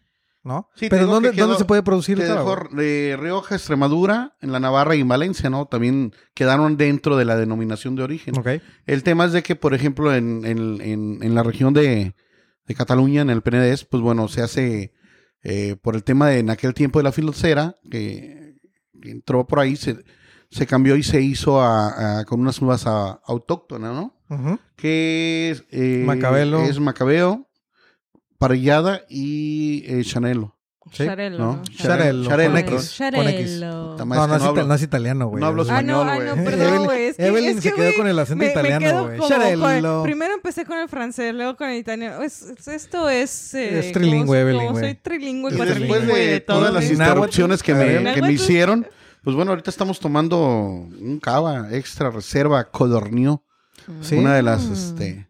¿No?
Sí, te
pero
digo
¿dónde,
que quedó-
¿dónde se puede producir
Te
el Cava?
dejo
güey?
de Rioja, Extremadura, en la Navarra y en Valencia, ¿no? También quedaron dentro de la denominación de origen.
Ok.
El tema es de que, por ejemplo, en, en- en- en la región de, de Cataluña, en el PNDES, pues bueno, se hace eh, por el tema de en aquel tiempo de la filocera, que, que entró por ahí, se, se cambió y se hizo a- a- con unas uvas a- autóctonas, ¿no?
Ujú.
Que es, eh,
Macabelo.
es Macabeo, Parrillada y eh, Chanelo.
Sí,
Charello.
no.
¿no?
Charello.
Charello,
con
perdón.
X. Con X.
Charello.
Puta madre,
No,
es
no, es
que no
ita-
hablo-
no es italiano, Pues güey.
no hablo
Es-
Ah, no, ah,
español,
no,
güey.
perdón,
Evelyn-
güey. Es que,
Evelyn
es
se
que,
quedó
güey,
con el acento
me- me
italiano,
quedo
güey.
como con-
Charello.
Primero empecé con el francés, luego con el italiano. Es- es- esto es. eh,
Es trilingüe,
como-
Evelyn,
como
güey.
soy trilingüe,
Y
cuatrilingüe,
después de
todo,
todas las
güey.
Náhuatl.
interrupciones que me, que me
Náhuatl.
hicieron, pues bueno, ahorita estamos tomando un cava extra reserva Codornio,
Sí.
una de las
Mm.
este,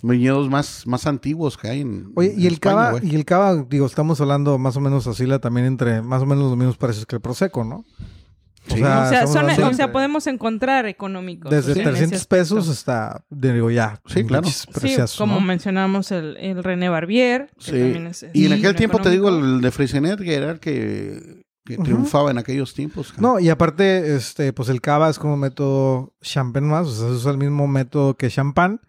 viñedos más, más antiguos que hay en.
Oye,
en
y el
España,
cava,
güey.
y el cava, digo, estamos hablando más o menos así, la también entre más o menos los mismos precios que el prosecco, ¿no?
Sí.
O sea,
estamos
son-
hablando
o sea,
de-
podemos encontrar económicos.
desde
o sea, en ese
300
aspecto.
pesos hasta, digo, ya.
Sí, claro.
pinches
Sí,
Preciosos,
como
¿no?
mencionamos el, el René Barbier. que
Sí.
también es-
Y en
es
aquel tiempo te digo,
económico.
el de Frisenet, que era el que, que
Ujú.
triunfaba en aquellos tiempos. cara.
No, y aparte, este, pues el cava es como un método champán más, o sea, se usa el mismo método que champán,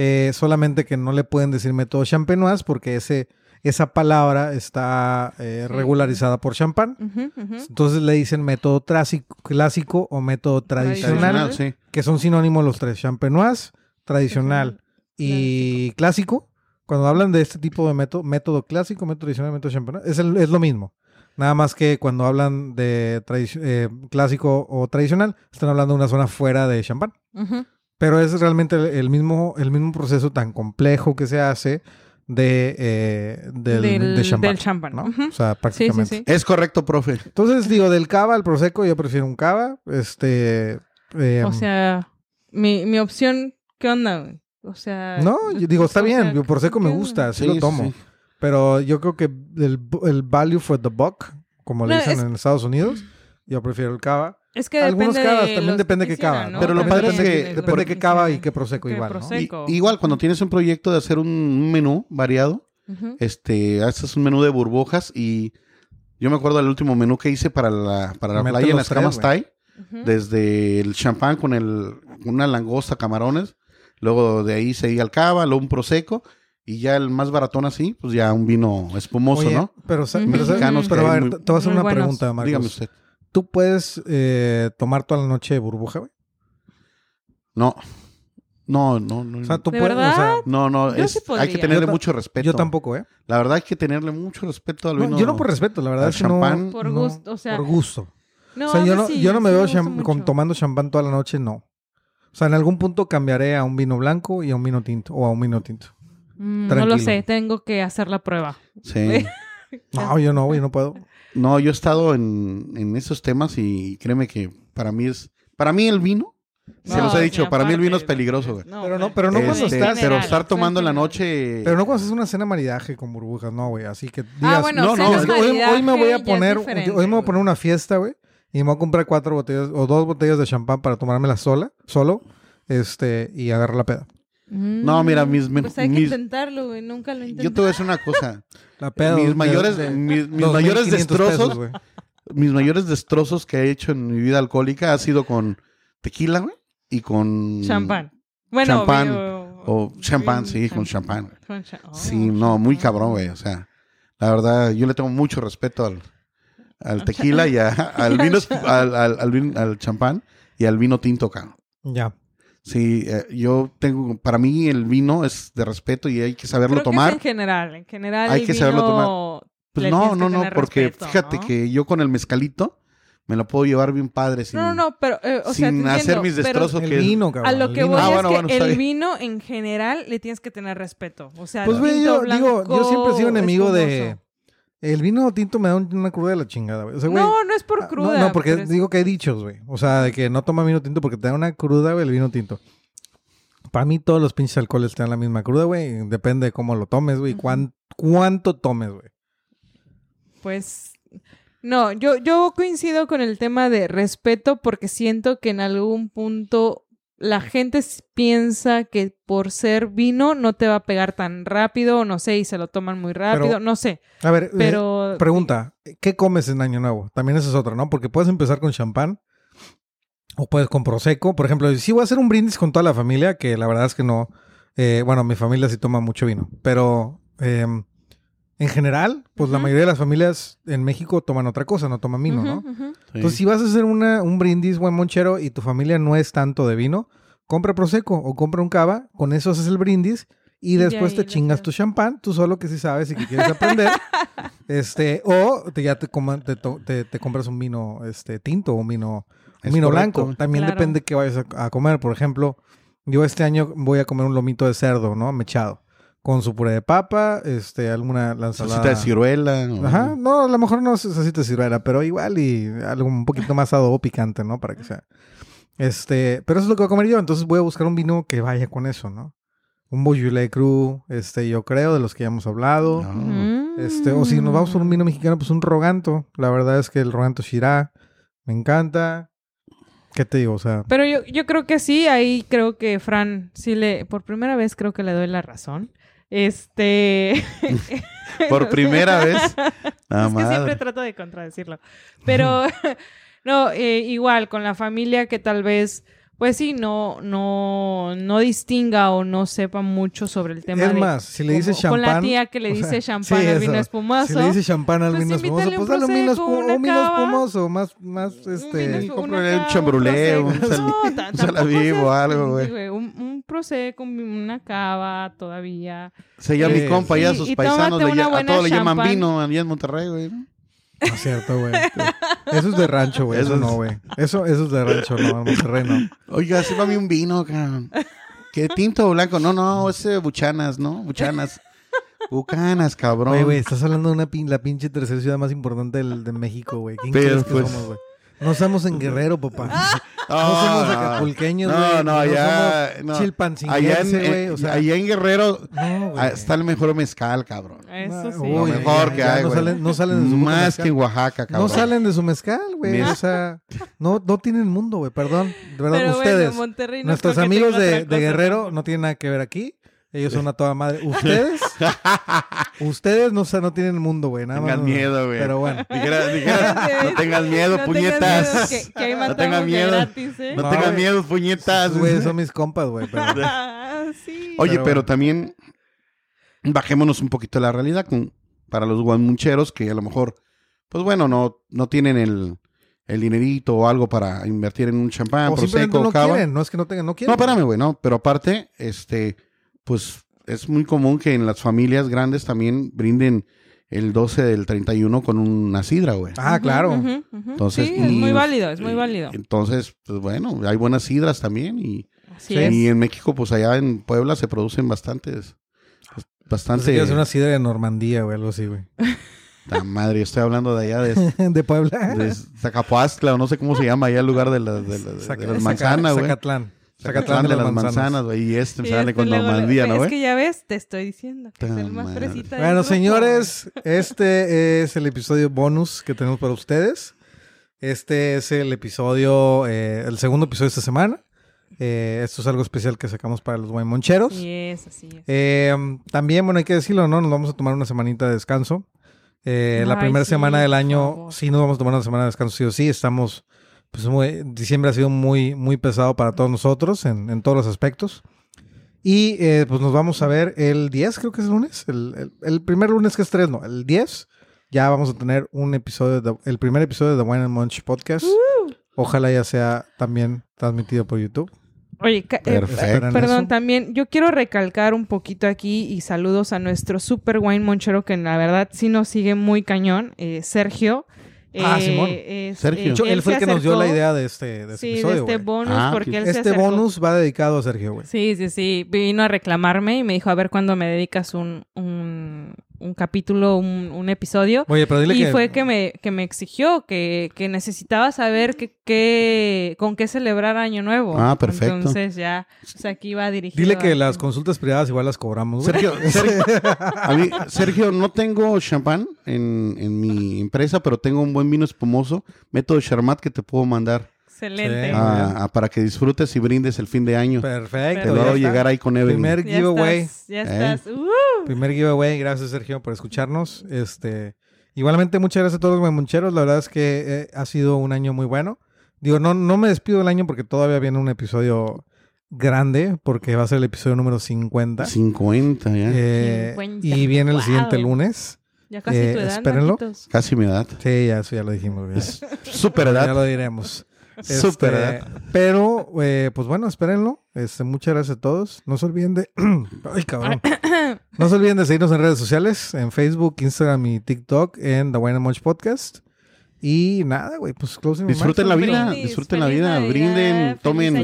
eh, solamente que no le pueden decir método champenoise porque ese, esa palabra está eh,
Sí.
regularizada por champán.
Ujú, ujú.
Entonces le dicen método trásico- clásico o método tradicional, ¿eh?
tradicional, sí.
que son sinónimos los tres, champenoise, tradicional y clásico. Cuando hablan de este tipo de método, método clásico, método tradicional, método champenoise, es, el- es lo mismo. Nada más que cuando hablan de tradici- eh, clásico o tradicional, están hablando de una zona fuera de champán.
Ujú.
Pero es realmente el, el mismo, el mismo proceso tan complejo que se hace de, eh, del,
Del-
de champán.
del champán,
¿no?
ujú.
O sea,
Sí, sí,
prácticamente.
sí.
Es correcto, profe.
Entonces, digo, del cava al prosecco, yo prefiero un cava. Este. eh,
O sea, mi, mi opción, ¿qué onda? güey? O sea.
no, yo digo, está
o
bien.
sea,
yo prosecco me
¿qué onda?
gusta, sí,
Sí,
lo
sí,
tomo.
sí.
Pero yo creo que el, el value for the buck, como le
No,
dicen
es-
en Estados Unidos, yo prefiero el cava.
Es que
Algunos
depende
cavas,
de
también
los
depende
que
qué cava,
hicieran,
¿no?
Pero lo
También
padre es que-
los
depende
que
qué cava y
hicieran.
qué prosecco
Qué
igual, ¿no?
prosecco. Seco.
Y- igual cuando tienes un proyecto de hacer un menú variado,
Ujú.
este, haces un menú de burbujas y yo me acuerdo del último menú que hice para la, para la
Mete
playa en
los
las
tres,
camas
güey.
Thai,
Ujú.
desde el champán con el, una langosta, camarones, luego de ahí seguía el cava, luego un prosecco y ya el más baratón así, pues ya un vino espumoso,
Oye,
¿no?
Pero, sa-
Ujú.
pero sa-
Mexicanos que
pero a ver,
hay muy-
te te voy a hacer
muy
una
buenos.
pregunta, Marcos.
Dígame usted.
¿Tú puedes eh, tomar toda la noche de burbuja, güey?
No, no, no, no.
O sea, tú
¿De
puedes. o sea,
verdad?
no, no,
Yo
es-
sí
hay
podría.
que tenerle
Yo ta-
mucho respeto.
yo tampoco, ¿eh?
La verdad hay que tenerle mucho respeto al
No,
vino.
yo no por respeto, la verdad
al
es que no-
champán.
Por
no,
gusto, o sea-
Por gusto.
No,
o sea,
a
yo
mí
no,
sí,
yo no me
sí
veo
gusta
cham-
mucho.
con, tomando champán toda la noche, no. O sea, en algún punto cambiaré a un vino blanco y a un vino tinto, o a un vino tinto.
Mm, no
Tranquilo.
lo sé, tengo que hacer la prueba.
Sí.
No, yo no, güey, no puedo.
No, yo he estado en, en esos temas y créeme que para mí es. Para mí el vino, se
No,
los he
sí,
dicho, para mí el
aparte,
vino es peligroso, güey.
Pero no-
güey.
pero no cuando
Este,
estás-
pero
General,
estar
fue
tomando en la
general.
noche.
Pero no cuando haces una cena maridaje con burbujas, no, güey. Así que digas,
Ah, bueno,
no,
cenas
no, hoy, hoy me voy
maridaje ya
a
es
poner,
diferente,
hoy me voy a poner
güey.
una fiesta, güey, y me voy a comprar cuatro botellas o dos botellas de champán para tomármela sola, solo, este, y agarrar la peda.
Mm,
No, mira, mis-
Pues hay que
mis-
intentarlo, güey. Nunca lo intenté.
Yo te voy a decir una cosa.
La peda.
mis
de-
mayores,
de-
mis, mis
2,500
mayores destrozos,
pesos, güey.
mis mayores destrozos que he hecho en mi vida alcohólica ha sido con tequila, güey, y con
Champán. Bueno,
Champán.
veo-
O champán, sí, con champán.
Con cha- oh,
Sí, no, muy
champán.
cabrón, güey. O sea, la verdad, yo le tengo mucho respeto al, al tequila y a- al vino, es- al, al, al vin- al champán y al vino tinto, cabrón.
Ya.
Sí, eh, yo tengo, para mí el vino es de respeto y hay que saberlo
Creo que es
tomar.
en general, en general.
Hay
el
que saberlo
vino
tomar. Pues
le
no,
tienes que
no, no,
tener
porque
respeto,
fíjate
¿no?
que yo con el mezcalito me lo puedo llevar bien padre sin,
No, no, no, pero. eh, o sea,
sin
te
hacer
entiendo,
mis
pero
destrozos
El
que
vino,
A
cabrón.
lo
el
que
vino.
voy
Ah,
es
bueno,
que
bueno, está
el
bien.
vino en general le tienes que tener respeto. O sea,
Pues, güey,
tinto,
yo digo, yo
blanco,
siempre he sido enemigo de.
espumoso.
El vino tinto me da un- una cruda de la chingada, güey. O sea, güey.
No, no es
ah,
por
no,
cruda.
No, porque
pero es-
digo que hay dichos, güey. O sea, de que no toma vino tinto porque te da una cruda, güey, el vino tinto. Para mí todos los pinches alcoholes te dan la misma cruda, güey. Depende de cómo lo tomes, güey. y cuán- cuánto tomes, güey.
Pues. No, yo, yo coincido con el tema de respeto porque siento que en algún punto la gente s- piensa que por ser vino no te va a pegar tan rápido, o no sé, y se lo toman muy rápido,
Pero-
no sé.
A ver, eh,
Pero.
pregunta. ¿Qué comes en Año Nuevo? También esa es otra, ¿no? Porque puedes empezar con champán. O puedes con prosecco. Por ejemplo, si voy a hacer un brindis con toda la familia, que la verdad es que no. eh, bueno, mi familia sí toma mucho vino. Pero eh, en general, pues la
Ujú.
mayoría de las familias en México toman otra cosa, no toman vino, ¿no?
Ujú, ujú.
Sí.
Entonces, si vas a hacer una, un brindis, buen monchero, y tu familia no es tanto de vino, compra prosecco o compra un cava, con eso haces el brindis y
Y de
después
ahí
te
lo
chingas
que-
tu champán, tú solo que sí sabes y que quieres aprender. Este, o te, ya te, coma- te, to- te- te compras un vino este, tinto, un vino, un
Es
vino
correcto.
blanco. También
Claro.
depende qué vayas a, a comer. Por ejemplo, yo este año voy a comer un lomito de cerdo, ¿no? Mechado. Con su puré de papa, este, alguna la ensalada.
Salsita de ciruela. o-
Ajá, no, a lo mejor no es salsita de ciruela, pero igual y algo un poquito más adobo picante, ¿no? Para que sea. Este, pero eso es lo que voy a comer yo, entonces voy a buscar un vino que vaya con eso, ¿no? Un Beaujolais Cru, este, yo creo, de los que ya hemos hablado.
No.
Ah,
Mm.
Este, o si nos vamos por un vino mexicano, pues un Roganto. La verdad es que el Roganto Shirá me encanta. ¿Qué te digo? O sea,
Pero yo, yo creo que sí, ahí creo que Fran, sí le, por primera vez creo que le doy la razón. Este.
Por primera vez.
es
Ah,
que
madre.
siempre trato de contradecirlo. Pero no, eh, igual, con la familia que tal vez, pues sí, no, no, no distinga o no sepa mucho sobre el tema.
es
de
más, si le
cómo-
dices
Con
champán.
la tía que le
o sea,
dice champán
sí,
al
eso.
vino espumoso.
Si le dices champán al
Pues
vino espumoso,
invítale un
pues dale un vino,
prosecco,
espu-
una
un vino
cava.
espumoso, más, más,
Un vino
este...
espu-
cómprale
una
un
cava,
chambrulé,
prosecco.
un sal-
No, ta-
un
tampoco
salavivo,
seas-
algo, güey.
sí, Un, un prosecco, un- una cava todavía.
Se llama
Sí,
mi compa, ya
sí.
sus
Y
paisanos
tómate
le
una
llaman-
buena
a todos le llaman
champán.
vino allá en Monterrey, güey. ¿no?
No es cierto, güey. Eso es de rancho, güey. Eso,
Eso es-
no, güey. Eso, eso es de rancho, no, en Monterrey no.
Oiga, sí, mí un vino, cabrón. ¿Qué tinto o blanco? No, no, es eh, buchanas, ¿no? Buchanas. Bucanas, cabrón.
Güey, güey, estás hablando de una pin- la pinche tercera ciudad más importante del- de México, güey. ¿Quién
Pero,
crees que
pues-
somos, güey? No estamos en Guerrero, papá.
Ah.
No,
no somos
no.
acapulqueños,
Ah. No,
güey.
no, allá.
somos
no. Allá en,
chilpancinguense,
eh,
güey. O sea,
allá en Guerrero
no, güey.
ah, está el mejor mezcal, cabrón.
Eso
Ah,
sí.
uy,
Lo mejor
ya,
que
ya
hay,
no
güey.
salen- no salen de su puto
Más
mezcal.
que en Oaxaca, cabrón.
No salen de su mezcal, güey.
Mira.
O sea, no, no tienen mundo, güey. Perdón, de verdad,
Pero
ustedes.
bueno, Monterrey no
Nuestros
creo que
amigos
tenga
de,
otra cosa.
de Guerrero no tienen nada que ver aquí. Ellos son a toda madre. Ustedes, ustedes no, o sea, no tienen mundo, güey. Nada más.
Tengan
no-
miedo, güey.
Pero bueno.
Dijera- dijera, no tengas
No
miedo,
tengas
puñetas.
miedo, que- que ahí
no
matamos
tengas
de
miedo.
gratis, ¿eh?
No,
No,
tengas
güey.
miedo, puñetas.
Esos güeyes son mis compas, güey. pero-
Ah, sí.
Oye,
Pero
pero,
bueno.
también bajémonos un poquito a la realidad con, para los guamucheros que a lo mejor, pues bueno, no, no tienen el, el dinerito o algo para invertir en un champán,
o simplemente
prosecco,
no
cava.
quieren. No es que no tengan, no quieren.
No, espérame, güey, no. Pero aparte, este, pues es muy común que en las familias grandes también brinden el 12 del 31 con una sidra, güey.
Ah, claro.
Ujú, ujú.
Entonces,
sí, es muy
y-
válido, es muy válido.
Entonces, pues bueno, hay buenas sidras también y...
Así
sí.
es.
Y en México, pues allá en Puebla se producen bastantes. pues,
Entonces quiero
Bastante.
hacer una sidra de Normandía, güey, algo así, güey.
La madre, estoy hablando de allá de,
De Puebla.
de Zacapoastla, o no sé cómo se llama allá el lugar de, las- de, las- de
Saca-
las
Zaca-
manzanas, güey.
Zacatlán.
Zacatlán de las manzanas, güey. Y este me
Sí,
sale
este
con
luego lo-
Normandía, ¿no,
Es
güey?
que ya ves, te estoy diciendo que es
Ta
el más
madre.
fresita del
Bueno,
grupo.
señores, este es el episodio bonus que tenemos para ustedes. Este es el episodio, eh, el segundo episodio de esta semana. Eh, esto es algo especial que sacamos para los guaymoncheros.
Así es, así es.
Eh, también, bueno, hay que decirlo, ¿no? Nos vamos a tomar una semanita de descanso. Eh, la
Ay,
primera
sí,
semana del
por
año,
favor.
sí nos vamos a tomar una semana de descanso, sí o sí. Estamos, pues, muy- diciembre ha sido muy, muy pesado para todos nosotros en, en todos los aspectos. Y eh, pues nos vamos a ver el 10, creo que es lunes. El, el- el primer lunes que es 3, no, el 10. Ya vamos a tener un episodio, de- el primer episodio de The Wine and Munch Podcast.
Uh.
Ojalá ya sea también transmitido por YouTube.
Oye, ca- eh,
Perfecto.
Esperen
Perdón,
eso.
también yo quiero recalcar un poquito aquí y saludos a nuestro super wine monchero que la verdad sí nos sigue muy cañón, eh, Sergio.
Ah,
Eh,
Simón.
es-
Sergio.
De hecho, él, fue el
se
que nos dio la
acercó-
idea de este, de este
sí,
episodio.
de este
güey.
bonus,
Ah,
porque él se
Este
acercó.
bonus va dedicado a Sergio, güey.
Sí, sí, sí. Vino a reclamarme y me dijo, a ver cuándo me dedicas un, un, un capítulo, un, un episodio.
Oye, pero dile
y
que...
fue que me, que me exigió, que, que necesitaba saber que, que- con qué celebrar Año Nuevo.
Ah, perfecto.
Entonces ya, o sea, aquí iba dirigido.
Dile que
a-
las consultas privadas igual las cobramos, güey.
Sergio, Sergio, a mí- Sergio, no tengo champán en, en mi empresa, pero tengo un buen vino espumoso, método Charmat, que te puedo mandar
Excelente.
Sí. Ah,
a- a- para que disfrutes y brindes el fin de año.
Perfecto.
Te lo
ya
hago
está.
llegar ahí con Evelyn.
Primer
Ya
giveaway.
estás, ya
Eh.
estás. Uh,
Primer giveaway. Gracias, Sergio, por escucharnos. Este, igualmente, muchas gracias a todos los guaymoncheros. La verdad es que eh, ha sido un año muy bueno. Digo, no, no me despido del año porque todavía viene un episodio grande, porque va a ser el episodio número 50.
50, ya.
Eh,
50.
Y viene el
Wow.
siguiente lunes.
ya casi
Eh,
tu edad,
espérenlo.
Marquitos.
Casi mi edad.
Sí, ya, eso ya lo dijimos. ya.
Es super
Ya
edad.
lo diremos. Este,
Súper, ¿verdad?
Pero, eh, pues bueno, espérenlo. Este, muchas gracias a todos. No se olviden de. Ay, cabrón. No se olviden de seguirnos en redes sociales, en Facebook, Instagram y TikTok, en The Wine and Munch Podcast. Y nada, güey, pues closing remarks,
Disfruten la
amigo.
vida. disfruten la vida, brinden, tomen,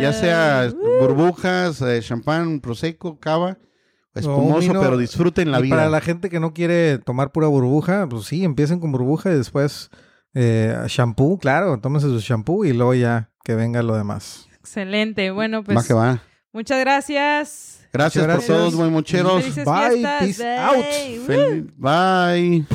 Ya sea este, burbujas, eh, champán, prosecco, cava,
O un
espumoso,
vino-
pero disfuten la
Y
vida.
Para la gente que no quiere tomar pura burbuja, pues sí, empiecen con burbuja y después eh, shampoo, claro, tómense su shampoo y luego ya que venga lo demás.
Excelente. Bueno,
Va
pues
que va.
muchas gracias.
Muchas
Gracias, por
gracias.
todos, buen mocheros.
Felices
bye,
fiestas.
peace
Bye.
out.
Woo.
Fel- Bye.